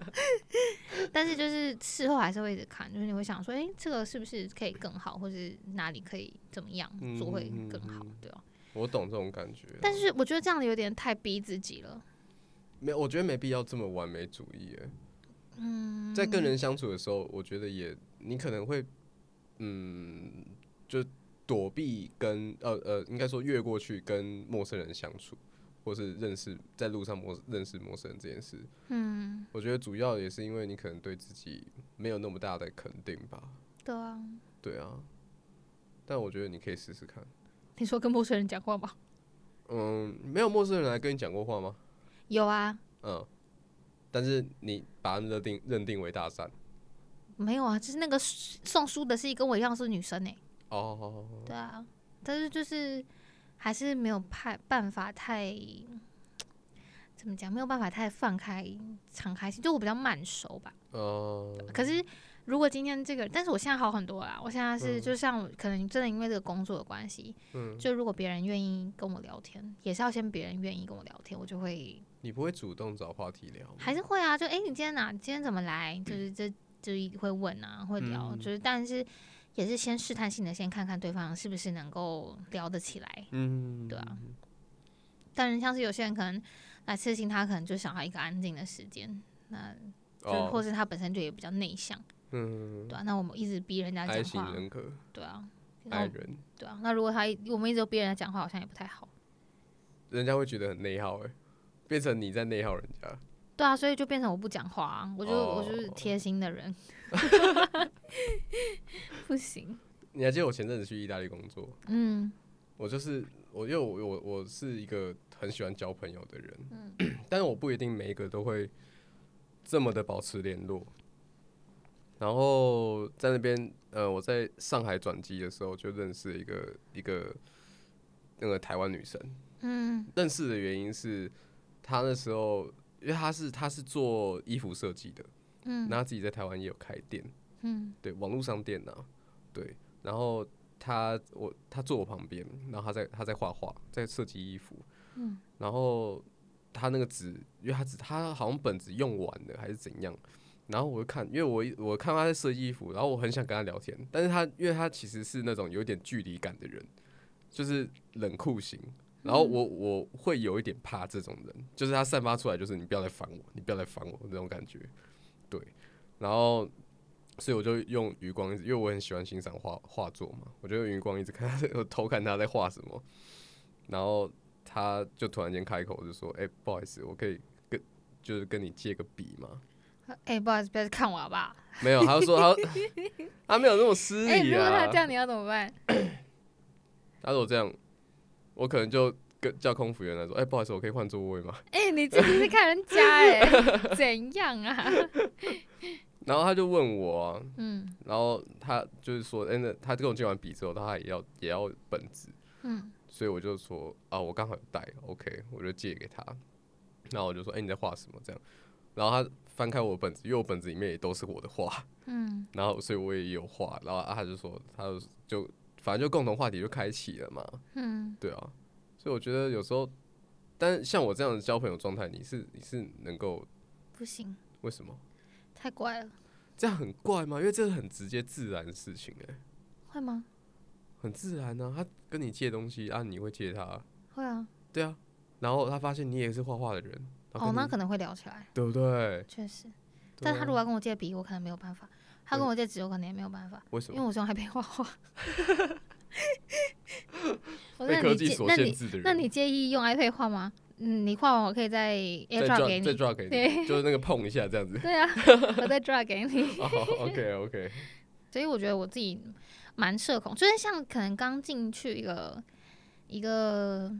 Speaker 2: 但是就是事后还是会一直看，就是你会想说，诶，这个是不是可以更好，或是哪里可以怎么样做会
Speaker 1: 嗯嗯嗯
Speaker 2: 更好
Speaker 1: 嗯，
Speaker 2: 对吧、
Speaker 1: 我懂这种感觉啊，
Speaker 2: 但是我觉得这样有点太逼自己了。
Speaker 1: 没，我觉得没必要这么完美主义、哎。
Speaker 2: 嗯，
Speaker 1: 在跟人相处的时候，我觉得也你可能会，嗯，就躲避跟呃呃，应该说越过去跟陌生人相处，或是认识在路上陌认识陌生人这件事，
Speaker 2: 嗯，
Speaker 1: 我觉得主要也是因为你可能对自己没有那么大的肯定吧，
Speaker 2: 对啊。
Speaker 1: 对啊，但我觉得你可以试试看，
Speaker 2: 你说跟陌生人讲话吗？
Speaker 1: 嗯，没有陌生人来跟你讲过话吗？
Speaker 2: 有啊，
Speaker 1: 嗯，但是你把他们认定认定为搭讪，
Speaker 2: 没有啊，就是那个送书的是跟我一样是女生哎、
Speaker 1: 哦，
Speaker 2: 对啊，但是就是还是没有派办法太怎么讲，没有办法太放开敞开心，就我比较慢熟吧。
Speaker 1: 呃，
Speaker 2: 可是如果今天这个，但是我现在好很多啦，我现在
Speaker 1: 嗯
Speaker 2: 是、就像我可能真的因为这个工作的关系，
Speaker 1: 嗯，
Speaker 2: 就如果别人愿意跟我聊天，也是要先别人愿意跟我聊天，我就会
Speaker 1: 你不会主动找话题聊吗？
Speaker 2: 还是会啊，就诶，你今天哪？你今天怎么来？就是这就一会问啊，会聊，
Speaker 1: 嗯
Speaker 2: 就是但是也是先试探性的先看看对方是不是能够聊得起来。
Speaker 1: 嗯，
Speaker 2: 对啊，但是像是有些人可能来刺青，他可能就想要一个安静的时间，那就、或
Speaker 1: 哦，
Speaker 2: 是他本身就也比较内向，
Speaker 1: 嗯
Speaker 2: 对，啊，那我们一直逼人家
Speaker 1: 爱
Speaker 2: 讲
Speaker 1: 型
Speaker 2: 话，
Speaker 1: 人格，
Speaker 2: 对啊，那
Speaker 1: 爱
Speaker 2: 我
Speaker 1: 人，
Speaker 2: 对啊，那如果他一我们一直逼人家讲话，好像也不太好。
Speaker 1: 人家会觉得很内耗哎，变成你在内耗人家。
Speaker 2: 对啊，所以就变成我不讲话、啊，我就、我就是
Speaker 1: 哦
Speaker 2: 贴心的人，哦 不行，
Speaker 1: 你还记得我前阵子去意大利工作，
Speaker 2: 嗯
Speaker 1: 我就是我，因为我我我是一个很喜欢交朋友的人， 但是我不一定每一个都会这么的保持联络。然后在那边，呃，我在上海转机的时候就认识了一个一个那个台湾女生。
Speaker 2: 嗯
Speaker 1: 认识的原因是，她那时候因为她是她是做衣服设计的，
Speaker 2: 嗯
Speaker 1: 然后她自己在台湾也有开店，
Speaker 2: 嗯
Speaker 1: 对，网络商店呐、啊对，然后他我他坐我旁边，然后他在他在画画，在设计衣服，
Speaker 2: 嗯，
Speaker 1: 然后他那个纸，因为他纸他好像本子用完了还是怎样，然后我就看，因为我一我看他在设计衣服，然后我很想跟他聊天，但是他因为他其实是那种有点距离感的人，就是冷酷型。然
Speaker 2: 嗯
Speaker 1: 后我我会有一点怕这种人，就是他散发出来就是你不要来烦我，你不要来烦我那种感觉，对。然后所以我就用余光一直，因为我很喜欢欣赏画画作嘛，我就用余光一直看他，我偷看他在画什么。然后他就突然间开口就说：“哎、不好意思，我可以跟就是跟你借个笔 吗
Speaker 2: 哎、不好意思，不要去看我好不好？？”
Speaker 1: 没有，他就说他他没有那么失
Speaker 2: 哎、
Speaker 1: 礼
Speaker 2: 如果
Speaker 1: 啊。
Speaker 2: 他这样，你要怎么办？
Speaker 1: 他说我这样，我可能就跟叫空服员来说：“哎、不好意思，我可以换座位吗
Speaker 2: 哎、你自己是看人家哎、 怎样啊？？”
Speaker 1: 然后他就问我、啊，
Speaker 2: 嗯
Speaker 1: 然后他就是说：“哎、那他跟我借完笔之后，他也要也要本子。”
Speaker 2: 嗯
Speaker 1: 所以我就说啊，我刚好有带，OK，我就借给他。然后我就说，哎、你在画什么？这样，然后他翻开我的本子，因为我本子里面也都是我的画，
Speaker 2: 嗯
Speaker 1: 然后所以我也有画。然后啊他就说，他就就反正就共同话题就开启了嘛，
Speaker 2: 嗯，
Speaker 1: 对啊。所以我觉得有时候，但像我这样的交朋友状态，你是你是能够
Speaker 2: 不行，
Speaker 1: 为什么
Speaker 2: 太怪了，
Speaker 1: 这样很怪吗？因为这是很直接自然的事情、欸，
Speaker 2: 会吗？
Speaker 1: 很自然啊。他跟你借东西啊，你会借他，
Speaker 2: 会啊，
Speaker 1: 对啊。然后他发现你也是画画的人，然后
Speaker 2: 哦
Speaker 1: 跟，你
Speaker 2: 那可能会聊起来，
Speaker 1: 对不对？
Speaker 2: 确实。但
Speaker 1: 对
Speaker 2: 他
Speaker 1: 啊
Speaker 2: 如果要跟我借笔，我可能没有办法；他跟我借纸，我可能也没有办法。
Speaker 1: 为什
Speaker 2: 因为
Speaker 1: 么
Speaker 2: 我是用 iPad 画画。我说
Speaker 1: 被
Speaker 2: 那
Speaker 1: 科
Speaker 2: 你
Speaker 1: 技
Speaker 2: 介
Speaker 1: 所
Speaker 2: 那
Speaker 1: 限
Speaker 2: 你
Speaker 1: 制的人，
Speaker 2: 那你介意用 iPad 画吗？嗯，你画完我可以再
Speaker 1: 再
Speaker 2: AirDrop 给
Speaker 1: draw 再
Speaker 2: 你。
Speaker 1: draw 给你，
Speaker 2: 对。
Speaker 1: 就是那个碰一下这样子
Speaker 2: 对啊，我再 draw 给你。
Speaker 1: 哦，OK OK，
Speaker 2: 所以我觉得我自己蛮社恐，就是像可能刚进去一个一个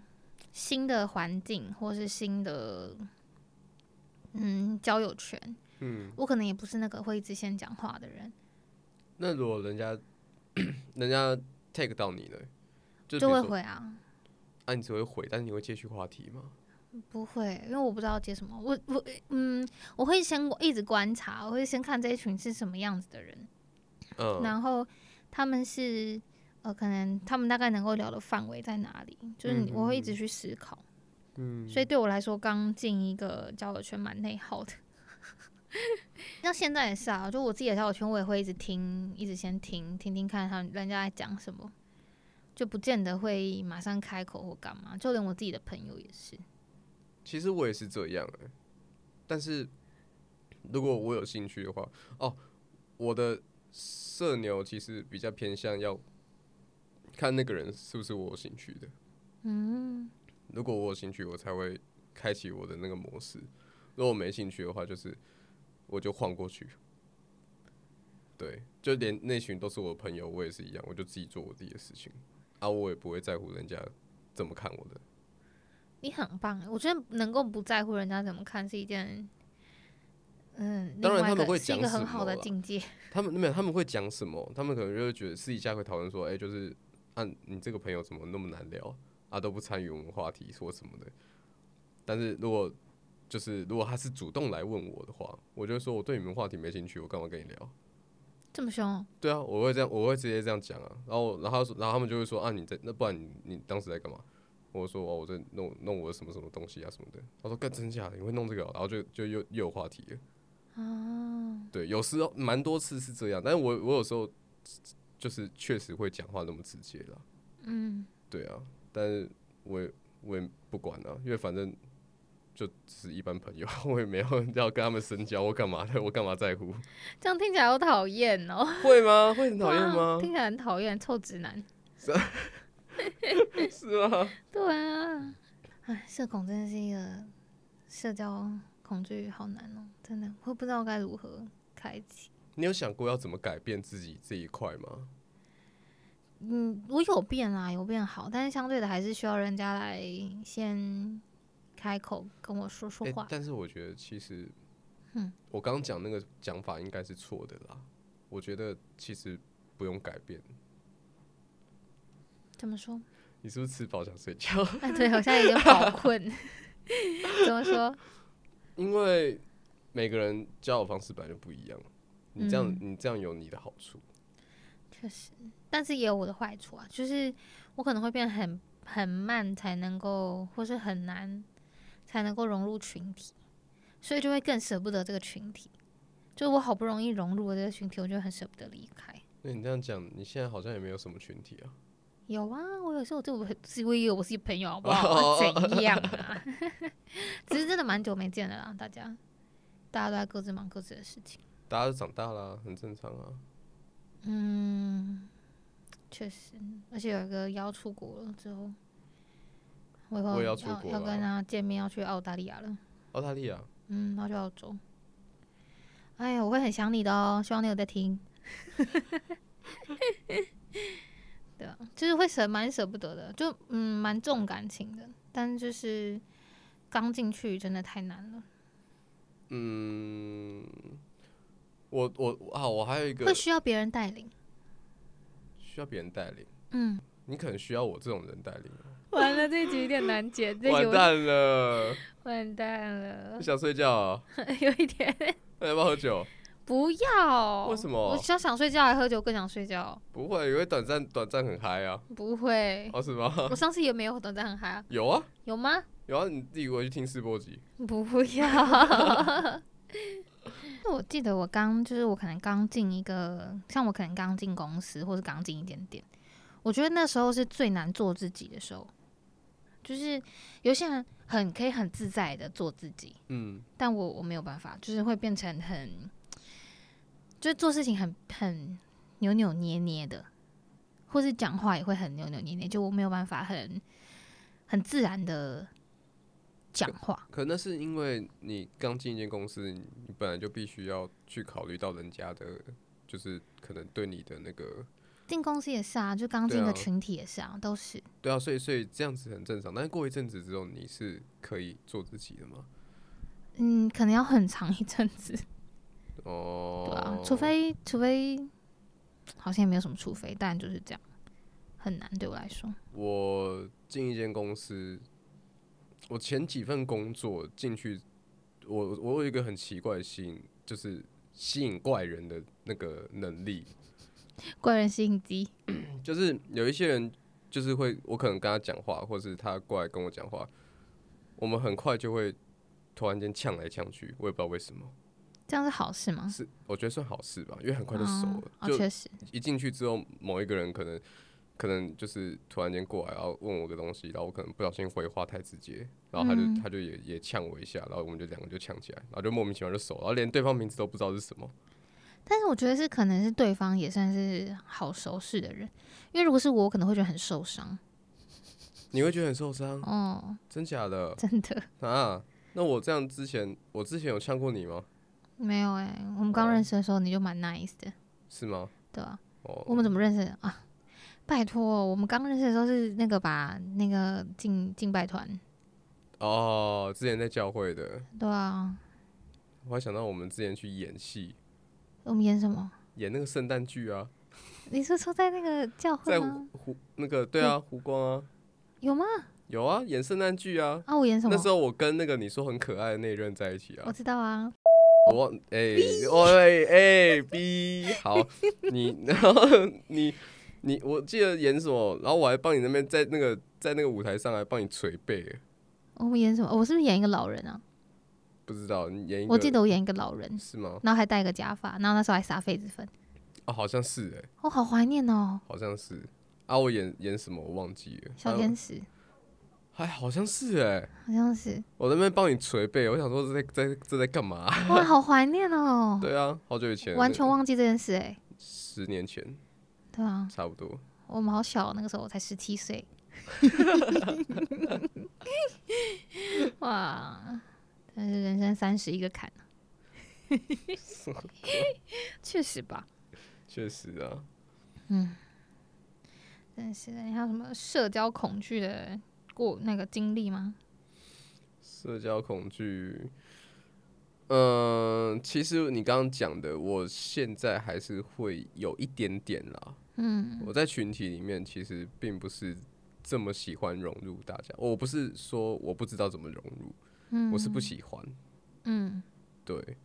Speaker 2: 新的环境，或是新的嗯交友圈，
Speaker 1: 嗯，
Speaker 2: 我可能也不是那个会一直先讲话的人，
Speaker 1: 那如果人家 人家 take 到你呢，就
Speaker 2: 就
Speaker 1: 比
Speaker 2: 会
Speaker 1: 如说，
Speaker 2: 回啊。
Speaker 1: 啊，你只会回，但是你会接续话题吗？
Speaker 2: 不会，因为我不知道接什么。我我嗯，我会先一直观察，我会先看这一群是什么样子的人，
Speaker 1: 嗯，
Speaker 2: 然后他们是呃，可能他们大概能够聊的范围在哪里，就是你我会一直去思考。
Speaker 1: 嗯
Speaker 2: 所以对我来说，刚进一个交友圈蛮内耗的。 像现在也是啊，就我自己的交友圈，我也会一直听，一直先听听听看他们人家在讲什么，就不见得会马上开口或干嘛。就连我自己的朋友也是，
Speaker 1: 其实我也是这样、欸，但是如果我有兴趣的话，哦，我的社牛其实比较偏向要看那个人是不是我有兴趣的。
Speaker 2: 嗯。
Speaker 1: 如果我有兴趣，我才会开启我的那个模式；如果我没兴趣的话，就是我就晃过去。对，就连那群都是我的朋友，我也是一样，我就自己做我自己的事情啊，我也不会在乎人家怎么看我的。
Speaker 2: 你很棒欸，我觉得能够不在乎人家怎么看是一件，嗯，
Speaker 1: 当然
Speaker 2: 另外一
Speaker 1: 他们
Speaker 2: 个
Speaker 1: 会
Speaker 2: 是一
Speaker 1: 讲
Speaker 2: 个
Speaker 1: 什
Speaker 2: 很好
Speaker 1: 么啊
Speaker 2: 的
Speaker 1: 啦
Speaker 2: 境界。
Speaker 1: 他们没有，他们会讲什么？他们可能就会觉得私底下会讨论说，哎、就是啊，你这个朋友怎么那么难聊啊，都不参与我们话题说什么的。但是如果就是如果他是主动来问我的话，我就会说我对你们话题没兴趣，我干嘛跟你聊？
Speaker 2: 这么凶，哦
Speaker 1: 对啊，我会这样，我会直接这样讲啊。然后，然后他说，然后他们就会说啊，你在那不然你你当时在干嘛？我说哦，我在弄弄我的什么什么东西啊什么的。他说干真假的，你会弄这个哦、然后就就又又有话题了。
Speaker 2: 哦，
Speaker 1: 对，有时候蛮多次是这样，但是我我有时候就是确实会讲话那么直接啦，
Speaker 2: 嗯，
Speaker 1: 对啊，但是我也我也不管啊，因为反正就只是一般朋友， 我也没有要跟他们深交，我干嘛的？我干嘛在 乎？
Speaker 2: 这样听起来好讨厌哦，
Speaker 1: 会吗？会很讨厌
Speaker 2: 哇
Speaker 1: 吗？
Speaker 2: 听起来很讨厌，臭直男。
Speaker 1: 是啊，
Speaker 2: 对啊，哎，社恐真的是一个社交恐惧，好难哦，真的，我不知道该如何开启。
Speaker 1: 你有想过要怎么改变自己这一块吗？
Speaker 2: 嗯，我有变啊，有变好，但是相对的还是需要人家来先开口跟我说说
Speaker 1: 诶
Speaker 2: 话。
Speaker 1: 但是我觉得其实，
Speaker 2: 嗯，
Speaker 1: 我刚刚讲那个讲法应该是错的啦。我觉得其实不用改变，
Speaker 2: 怎么说？
Speaker 1: 你是不是吃饱想睡觉？
Speaker 2: 哎，对，我现在有点饱困。 怎么说？
Speaker 1: 因为每个人交友方式本来就不一样，你这样、
Speaker 2: 嗯
Speaker 1: 你这样有你的好处，
Speaker 2: 确实，但是也有我的坏处啊，就是我可能会变很很慢，才能够，或是很难才能够融入群体，所以就会更舍不得这个群体。就我好不容易融入了这个群体，我就很舍不得离开。
Speaker 1: 那你这样讲，你现在好像也没有什么群体啊。
Speaker 2: 有啊，我有时候我就我自我也有我自己朋友，好不 好？怎样啊？ 只是真的蛮久没见了啦，大家大家都在各自忙各自的事情。
Speaker 1: 大家都长大啦，很正常啊。
Speaker 2: 嗯，确实，而且有一个要出国了之后，我以后
Speaker 1: 我也要
Speaker 2: 要
Speaker 1: 出国
Speaker 2: 要跟
Speaker 1: 了
Speaker 2: 他见面，要去澳大利亚了。
Speaker 1: 澳大利亚，
Speaker 2: 嗯，要去澳洲。哎呀，我会很想你的哦，希望你有在听。 对啊，就是会舍蛮舍不得的，就嗯蛮重感情的，但就是刚进去真的太难了，
Speaker 1: 嗯，我我啊，我还有一个
Speaker 2: 会需要别人带领。
Speaker 1: 需要别人带领，
Speaker 2: 嗯，
Speaker 1: 你可能需要我这种人带领哦。
Speaker 2: 完了，这一集有点难解，这一集
Speaker 1: 完
Speaker 2: 我
Speaker 1: 蛋了，
Speaker 2: 完蛋了
Speaker 1: 不，想睡觉 啊？
Speaker 2: 有一点。
Speaker 1: 那要不要喝酒？
Speaker 2: 不要，
Speaker 1: 为什么
Speaker 2: 哦我想想睡觉，还喝酒更想睡觉。
Speaker 1: 不会，因为短暂短暂很嗨 啊。
Speaker 2: 不会，
Speaker 1: 哦，是吗？
Speaker 2: 我上次也没有短暂很嗨啊，
Speaker 1: 有啊，
Speaker 2: 有吗？
Speaker 1: 有啊，你自己回去听试播集。
Speaker 2: 不 要。我记得我刚就是我可能刚进一个，像我可能刚进公司，或是刚进一间店，我觉得那时候是最难做自己的时候。就是有些人很可以很自在的做自己，
Speaker 1: 嗯，
Speaker 2: 但我我没有办法，就是会变成很，就是做事情很很扭扭捏捏的，或是讲话也会很扭扭捏捏，就我没有办法很很自然的讲话。
Speaker 1: 可那是因为你刚进一间公司，你你本来就必须要去考虑到人家的，就是可能对你的那个，
Speaker 2: 进公司也是啊，就刚进一
Speaker 1: 对
Speaker 2: 个
Speaker 1: 啊
Speaker 2: 群体也是啊，都是
Speaker 1: 对啊，所以所以这样子很正常。但是过一阵子之后，你是可以做自己的嘛？
Speaker 2: 嗯，可能要很长一阵子，
Speaker 1: 哦，
Speaker 2: 对啊，除非除非好像也没有什么除非，但就是这样，很难对我来说。
Speaker 1: 我进一间公司，我前几份工作进去，我我有一个很奇怪的吸引，就是吸引怪人的那个能力。
Speaker 2: 怪人吸引机，
Speaker 1: 就是有一些人，就是会我可能跟他讲话，或是他过来跟我讲话，我们很快就会突然间呛来呛去，我也不知道为什么，
Speaker 2: 这样是好事吗？
Speaker 1: 是我觉得算好事吧，因为很快就熟了。
Speaker 2: 哦，哦
Speaker 1: 就
Speaker 2: 确实，
Speaker 1: 一进去之后，某一个人可能可能就是突然间过来，然后问我个东西，然后我可能不小心回话太直接，然后他就、
Speaker 2: 嗯
Speaker 1: 他就也也呛我一下，然后我们就两个就呛起来，然后就莫名其妙就熟，然后连对方名字都不知道是什么。
Speaker 2: 但是我觉得是可能是对方也算是好熟识的人，因为如果是我，我可能会觉得很受伤。
Speaker 1: 你会觉得很受伤，
Speaker 2: 哦，
Speaker 1: 真假的
Speaker 2: 真的
Speaker 1: 啊？那我这样之前，我之前有呛过你吗？
Speaker 2: 没有哎、我们刚
Speaker 1: 哦
Speaker 2: 认识的时候你就蛮 nice 的，
Speaker 1: 是吗？
Speaker 2: 对吧、我
Speaker 1: 哦，
Speaker 2: 们怎么认识的啊？拜托，我们刚认识的时候是那个吧，那个敬敬拜团，
Speaker 1: 哦，之前在教会的，
Speaker 2: 对啊，
Speaker 1: 我还想到我们之前去演戏，
Speaker 2: 我们演什么？
Speaker 1: 演那个圣诞剧啊，
Speaker 2: 你是说在那个教会
Speaker 1: 在
Speaker 2: 吗？嗯
Speaker 1: 湖湖那个对啊，湖光啊，
Speaker 2: 有吗？
Speaker 1: 有啊，演圣诞剧啊。
Speaker 2: 啊，我演什么
Speaker 1: 那？时候我跟那个你说很可爱的那一任在一起
Speaker 2: 我
Speaker 1: 啊，
Speaker 2: 知道啊，
Speaker 1: 我忘哎喂哎 B 好，你然后你你我记得演什么，然后我还帮你那边在那个在那个舞台上还帮你捶背，
Speaker 2: 我们演什么？我是不是演一个老人啊？
Speaker 1: 不知道你演一个
Speaker 2: 我记得我演一个老人，
Speaker 1: 是吗？
Speaker 2: 然后还戴个假发，然后那时候还撒痱子粉，
Speaker 1: 哦，好像是哎、
Speaker 2: 我、好怀念哦，
Speaker 1: 好像是啊，我演演什么我忘记了，
Speaker 2: 小
Speaker 1: 天
Speaker 2: 天使
Speaker 1: 嗯还好像是哎、
Speaker 2: 好像是，
Speaker 1: 我在那边帮你捶背，我想说这在在这在干嘛、啊
Speaker 2: 哇，好怀念哦，
Speaker 1: 对啊，好久以前，
Speaker 2: 完全忘记这件事哎、
Speaker 1: 十年前
Speaker 2: 对啊，
Speaker 1: 差不多。
Speaker 2: 我们好小，那个时候我才十七岁，哇，但是人生三十一个坎啊， 确实吧，
Speaker 1: 确实啊，
Speaker 2: 真是的，你还有什么社交恐惧的过那个经历吗？
Speaker 1: 社交恐惧。嗯、其实你刚刚讲的，我现在还是会有一点点啦。
Speaker 2: 嗯，
Speaker 1: 我在群体里面其实并不是这么喜欢融入大家，我不是说我不知道怎么融入，
Speaker 2: 嗯
Speaker 1: 我是不喜欢。
Speaker 2: 嗯
Speaker 1: 对，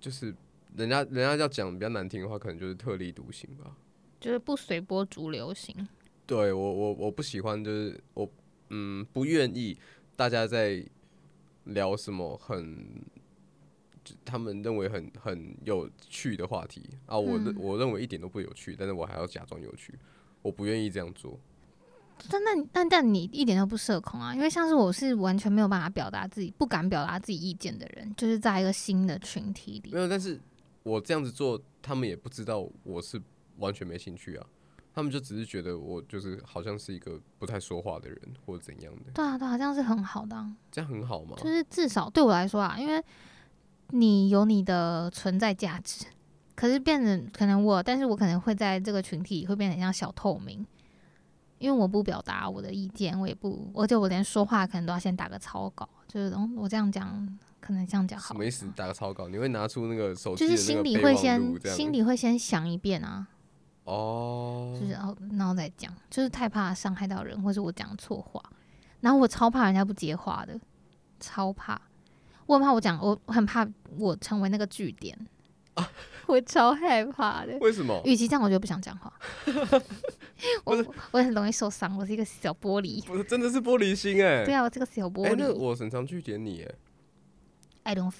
Speaker 1: 就是人家人家要讲比较难听的话，可能就是特立独行吧。
Speaker 2: 就是不随波逐流型。
Speaker 1: 对我我我不喜欢，就是我嗯不愿意大家在聊什么很就他们认为很很有趣的话题啊，我
Speaker 2: 嗯
Speaker 1: 认、我认为一点都不有趣，但是我还要假装有趣，我不愿意这样做。
Speaker 2: 但那但但你一点都不社恐啊，因为像是我是完全没有办法表达自己，不敢表达自己意见的人，就是在一个新的群体里
Speaker 1: 没。有，但是我这样子做，他们也不知道我是完全没兴趣啊，他们就只是觉得我就是好像是一个不太说话的人或者怎样的，
Speaker 2: 对啊，对啊，这样是很好的啊、
Speaker 1: 这样很好吗？
Speaker 2: 就是至少对我来说啊，因为你有你的存在价值，可是变成可能我，但是我可能会在这个群体会变得很像小透明，因为我不表达我的意见，我也不，而且我连说话可能都要先打个草稿，就是嗯，我这样讲，可能这样讲好
Speaker 1: 什
Speaker 2: 了，
Speaker 1: 么意思？打个草稿，你会拿出那个手机
Speaker 2: 就
Speaker 1: 的
Speaker 2: 是
Speaker 1: 那
Speaker 2: 心
Speaker 1: 个
Speaker 2: 里
Speaker 1: 备
Speaker 2: 会
Speaker 1: 忘录
Speaker 2: 先
Speaker 1: 这样
Speaker 2: 心里会先想一遍啊，
Speaker 1: 哦
Speaker 2: 就，是哦，然后再讲，就是太怕伤害到人，或是我讲错话，然后我超怕人家不接话的，超怕，我很怕我讲，我我很怕我成为那个据点，
Speaker 1: 啊
Speaker 2: 我超害怕的。
Speaker 1: 为什么？
Speaker 2: 与其这样，我就不想讲 话。我我很容易受伤，我是一个小玻璃。
Speaker 1: 不是，真的是玻璃心哎、
Speaker 2: 对啊，我这个小玻
Speaker 1: 哎、那
Speaker 2: 璃。
Speaker 1: 我很常去点你哎、
Speaker 2: I don't
Speaker 1: 哦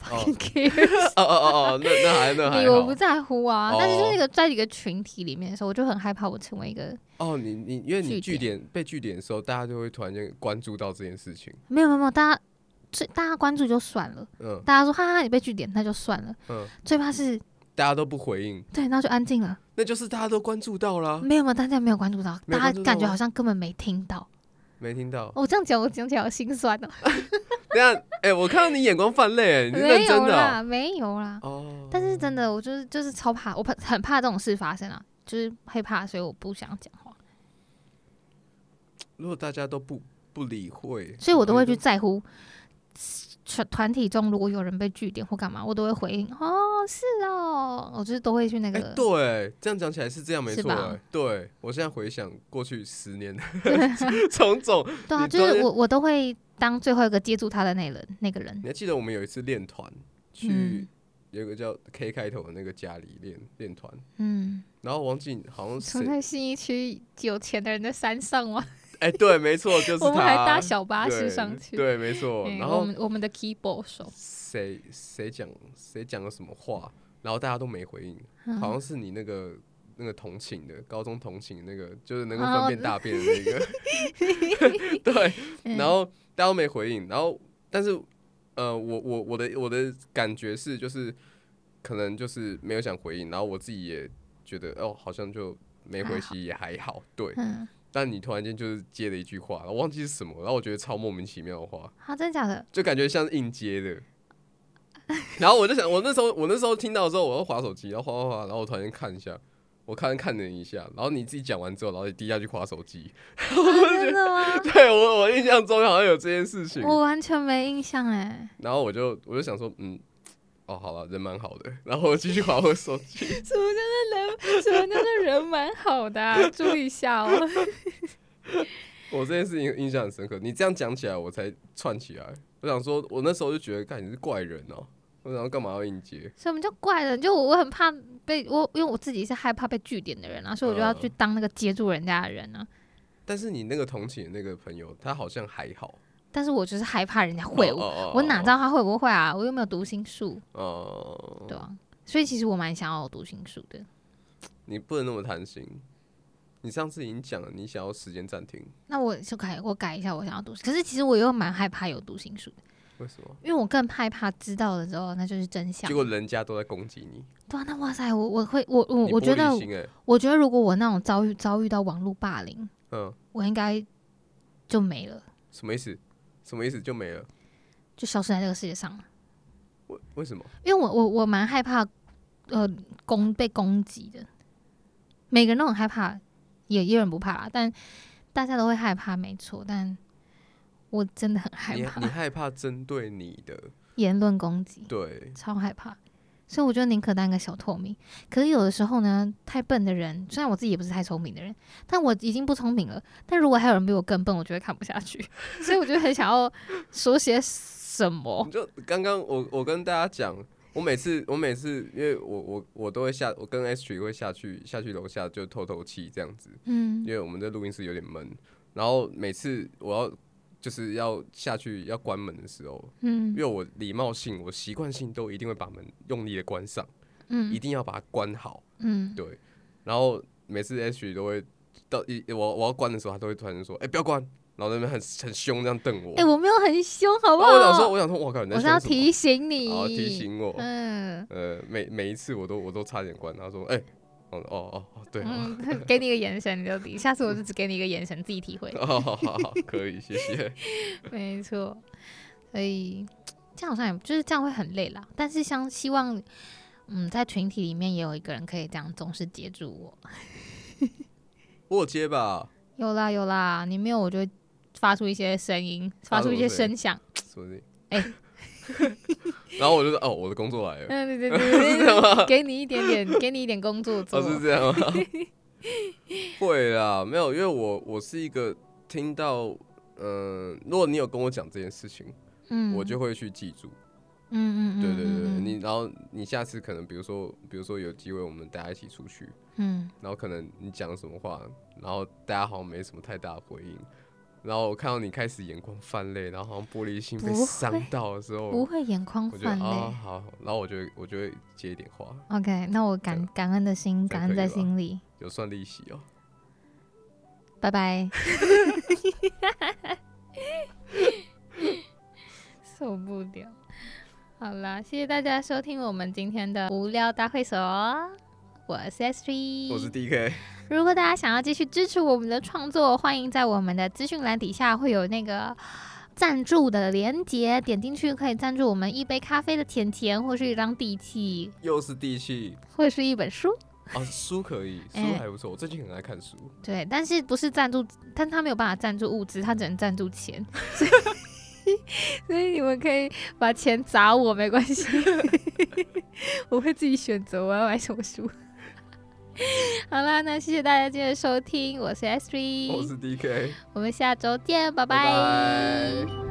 Speaker 2: fucking care，
Speaker 1: 哦哦哦哦，那那还那还
Speaker 2: 你我不
Speaker 1: 好。
Speaker 2: 在乎啊。但是就
Speaker 1: 哦
Speaker 2: 是一个在一个群体里面的时候，我就很害怕我成为一个
Speaker 1: 哦，你你因为你
Speaker 2: 据
Speaker 1: 据点被据点的时候，大家就会突然间关注到这件事情。
Speaker 2: 没有没有没有，大家最大家关注就算了。
Speaker 1: 嗯
Speaker 2: 大家说哈哈你被据点那就算了，
Speaker 1: 嗯，
Speaker 2: 最怕是
Speaker 1: 大家都不回应，
Speaker 2: 对，然后就安静了，
Speaker 1: 那就是大家都关注到啦，
Speaker 2: 没有没有，大家没有关注到，
Speaker 1: 没有
Speaker 2: 大
Speaker 1: 关
Speaker 2: 家
Speaker 1: 注
Speaker 2: 感觉
Speaker 1: 到吗
Speaker 2: 好像根本没听到。哦
Speaker 1: 没听到。
Speaker 2: 我、这样讲，我讲起来好心酸哦、
Speaker 1: 等一下，哎、我看到你眼光泛泪、哎，你是
Speaker 2: 没
Speaker 1: 认
Speaker 2: 有
Speaker 1: 真的
Speaker 2: 啦，
Speaker 1: 啊、
Speaker 2: 没有啦。
Speaker 1: 哦。
Speaker 2: 但是真的，我就是就是超怕，我怕很怕这种事发生啊，就是害怕，所以我不想讲话，
Speaker 1: 如果大家都不不理会，
Speaker 2: 所以我都会
Speaker 1: 觉
Speaker 2: 去
Speaker 1: 得
Speaker 2: 在乎。团团体中如果有人被据点或干嘛，我都会回应哦，是哦，我就是都会去那
Speaker 1: 哎、
Speaker 2: 个，
Speaker 1: 对，这样讲起来是这样没
Speaker 2: 是
Speaker 1: 错、
Speaker 2: 吧
Speaker 1: 哎对我现在回想过去十 年种种，
Speaker 2: 对啊，
Speaker 1: 你
Speaker 2: 就
Speaker 1: 昨
Speaker 2: 是
Speaker 1: 天
Speaker 2: 我我都会当最后一个接住他的那人那个人
Speaker 1: 你，还记得我们有一次练团去
Speaker 2: 嗯
Speaker 1: 有一个叫 K 开头的那个家里练练团，
Speaker 2: 嗯，
Speaker 1: 然后我忘记好像
Speaker 2: 从
Speaker 1: 是
Speaker 2: 在新一区有钱的人的山上吗？
Speaker 1: 哎、对，没错，就是
Speaker 2: 我们还
Speaker 1: 他
Speaker 2: 搭小巴士
Speaker 1: 对
Speaker 2: 上去。
Speaker 1: 对，没错。
Speaker 2: 嗯，
Speaker 1: 然
Speaker 2: 我
Speaker 1: 后
Speaker 2: 们我们的 keyboard 手，
Speaker 1: 谁谁讲谁讲了什么话，然后大家都没回应，
Speaker 2: 嗯
Speaker 1: 好像是你那个。那个同寝的，高中同寝那个，就是能够分
Speaker 2: 哦
Speaker 1: 辨大便的那个， 对，
Speaker 2: 嗯
Speaker 1: 然后大家都没回应，然后但是呃，我我我的我的感觉是，就是可能就是没有想回应，然后我自己也觉得哦，好像就没回息也还好，对。
Speaker 2: 啊嗯，
Speaker 1: 但你突然间就是接了一句话，我忘记是什么，然后我觉得超莫名其妙的话，
Speaker 2: 啊，真 的假的？
Speaker 1: 就感觉像是硬接的。然后我就想，我那时候我那时候听到的时候，我要划手机，然后划划划，然后我突然间看一下，我看看了你一下，然后你自己讲完之后，然后你低下去划手 机。
Speaker 2: 真的吗？
Speaker 1: 对我我印象中好像有这件事情，
Speaker 2: 我完全没印象哎，
Speaker 1: 然后我就我就想说，嗯，哦，好了，人蛮好的，然后我继续划我手机。
Speaker 2: 什么叫做人？什么叫做人蛮好 的、啊？注意一下 哦。
Speaker 1: 我这件事情印象很深刻，你这样讲起来我才串起来。我想说，我那时候就觉得，看你是怪人哦、我想说干嘛要应接？
Speaker 2: 什么叫怪人？就我我很怕被我，因为我自己是害怕被据点的人啊，所以我就要
Speaker 1: 嗯
Speaker 2: 去当那个接住人家的人啊。
Speaker 1: 但是你那个同寝的那个朋友，他好像还好。
Speaker 2: 但是我就是害怕人家会我，
Speaker 1: 哦
Speaker 2: 我哪知？道他会不会啊？我又没有读心术，
Speaker 1: 哦、
Speaker 2: 对啊，所以其实我蛮想要有读心术的。
Speaker 1: 你不能那么贪心。你上次已经讲了，你想要时间暂停，
Speaker 2: 那我就改，我改一下，我想要读。可是其实我又蛮害怕有读心术的，
Speaker 1: 为什么？
Speaker 2: 因为我更害怕知道了之后那就是真相
Speaker 1: 结。果人家都在攻击你，
Speaker 2: 对啊，那哇塞，我我会我我
Speaker 1: 你
Speaker 2: 我
Speaker 1: 玻
Speaker 2: 觉
Speaker 1: 璃
Speaker 2: 得，
Speaker 1: 心哎、
Speaker 2: 我觉得如果我那种遭遇遭遇到网络霸凌，
Speaker 1: 嗯，
Speaker 2: 我应该就没了，
Speaker 1: 什么意思？什么意思就没了？
Speaker 2: 就消失在这个世界上了。
Speaker 1: 为为什么？
Speaker 2: 因为我我我蛮害怕，呃，攻被攻击的。每个人都很害怕，也也有人不怕啦，但大家都会害怕，没错。但我真的很害
Speaker 1: 你
Speaker 2: 怕
Speaker 1: 你害怕针对你 的，
Speaker 2: 言论攻击，
Speaker 1: 对，
Speaker 2: 超害怕。所以我觉得宁可当个小透明。可是有的时候呢，太笨的人，虽然我自己也不是太聪明的人，但我已经不聪明了。但如果还有人比我更笨，我就会看不下去。 所以我就很想要说些什么
Speaker 1: 你。就刚刚我我跟大家讲，我每次我每次因为我我我都会下，我跟 S 曲会下去下去楼下就透透气这样子，
Speaker 2: 嗯
Speaker 1: 因为我们的录音室有点闷。然后每次我要就是要下去要关门的时候，
Speaker 2: 嗯
Speaker 1: 因为我礼貌性我习惯性都一定会把门用力的关上，一
Speaker 2: 嗯
Speaker 1: 定要把它关好。
Speaker 2: 嗯，
Speaker 1: 对，然后每次 S 曲都会到一我我要关的时候，他都会突然间说：“哎、不要关！”然后在那边很很凶这样瞪我。
Speaker 2: 哎、我没有很凶，好
Speaker 1: 然
Speaker 2: 不
Speaker 1: 后
Speaker 2: 好？
Speaker 1: 哦我想说，我想说，我靠，你在
Speaker 2: 我是
Speaker 1: 凶
Speaker 2: 要
Speaker 1: 什么
Speaker 2: 提醒你，
Speaker 1: 然后提，醒我，
Speaker 2: 嗯
Speaker 1: 呃，每每一次我都我都差点关，他说，哎、哦哦哦哦， 对，哦，
Speaker 2: 嗯， 给你一个眼神，你就理。下次我就只给你一个眼神，自己体会。
Speaker 1: 哦好好好，可以，谢谢。
Speaker 2: 没错，所以这样好像也就是这样会很累啦。但是像希望，嗯，在群体里面也有一个人可以这样总是接住我。
Speaker 1: 我有接吧，
Speaker 2: 有啦有啦，你没有我就会发出一些声音，
Speaker 1: 发
Speaker 2: 发
Speaker 1: 出
Speaker 2: 出一些
Speaker 1: 声音
Speaker 2: 声响。
Speaker 1: 是不是？
Speaker 2: 哎
Speaker 1: 然后我就说，哦，我的工作来了，
Speaker 2: 嗯，对对对对对，给你一点点，给你一点工作 做
Speaker 1: 哦，。是这样 吗？会啦，没有，因为我我是一个听到，嗯、如果你有跟我讲这件事情，
Speaker 2: 嗯，
Speaker 1: 我就会去记住。
Speaker 2: 嗯嗯嗯，
Speaker 1: 对对对，对
Speaker 2: 嗯
Speaker 1: 你然后你下次可能，比如说，比如说有机会我们大家一起出去，
Speaker 2: 嗯
Speaker 1: 然后可能你讲什么话，然后大家好像没什么太大的回应，然后我看到你开始眼眶泛泪，然后好像玻璃心被
Speaker 2: 不会
Speaker 1: 伤到的时候，
Speaker 2: 不会眼眶
Speaker 1: 我觉得
Speaker 2: 泛泪。
Speaker 1: 啊好，然后我就会我就会接一点话，
Speaker 2: OK，那我感感恩的心，
Speaker 1: 这
Speaker 2: 感
Speaker 1: 样可
Speaker 2: 恩
Speaker 1: 以
Speaker 2: 在
Speaker 1: 吧
Speaker 2: 心里，
Speaker 1: 有算利息哦、
Speaker 2: 拜拜。 受不了。好啦，谢谢大家收听我们今天的无聊大会所，我是 S
Speaker 1: 我是
Speaker 2: Three。
Speaker 1: D K，
Speaker 2: 如果大家想要继续支持我们的创作，欢迎在我们的资讯栏底下会有那个。赞助的连接点进去可以赞助我们一杯咖啡的甜甜，或是一张地契，
Speaker 1: 又是地气
Speaker 2: 或是一本书。
Speaker 1: 啊，书可以，书
Speaker 2: 哎
Speaker 1: 还不错，我最近很爱看书，
Speaker 2: 对，但是不是赞助，但他没有办法赞助物资，他只能赞助钱， 所以 所以你们可以把钱砸我没关系， 我会自己选择我要买什么书。 好啦，那谢谢大家今天的收听，我是 S
Speaker 1: 我
Speaker 2: Three，
Speaker 1: 是 D K，
Speaker 2: 我们下周见，拜
Speaker 1: 拜拜。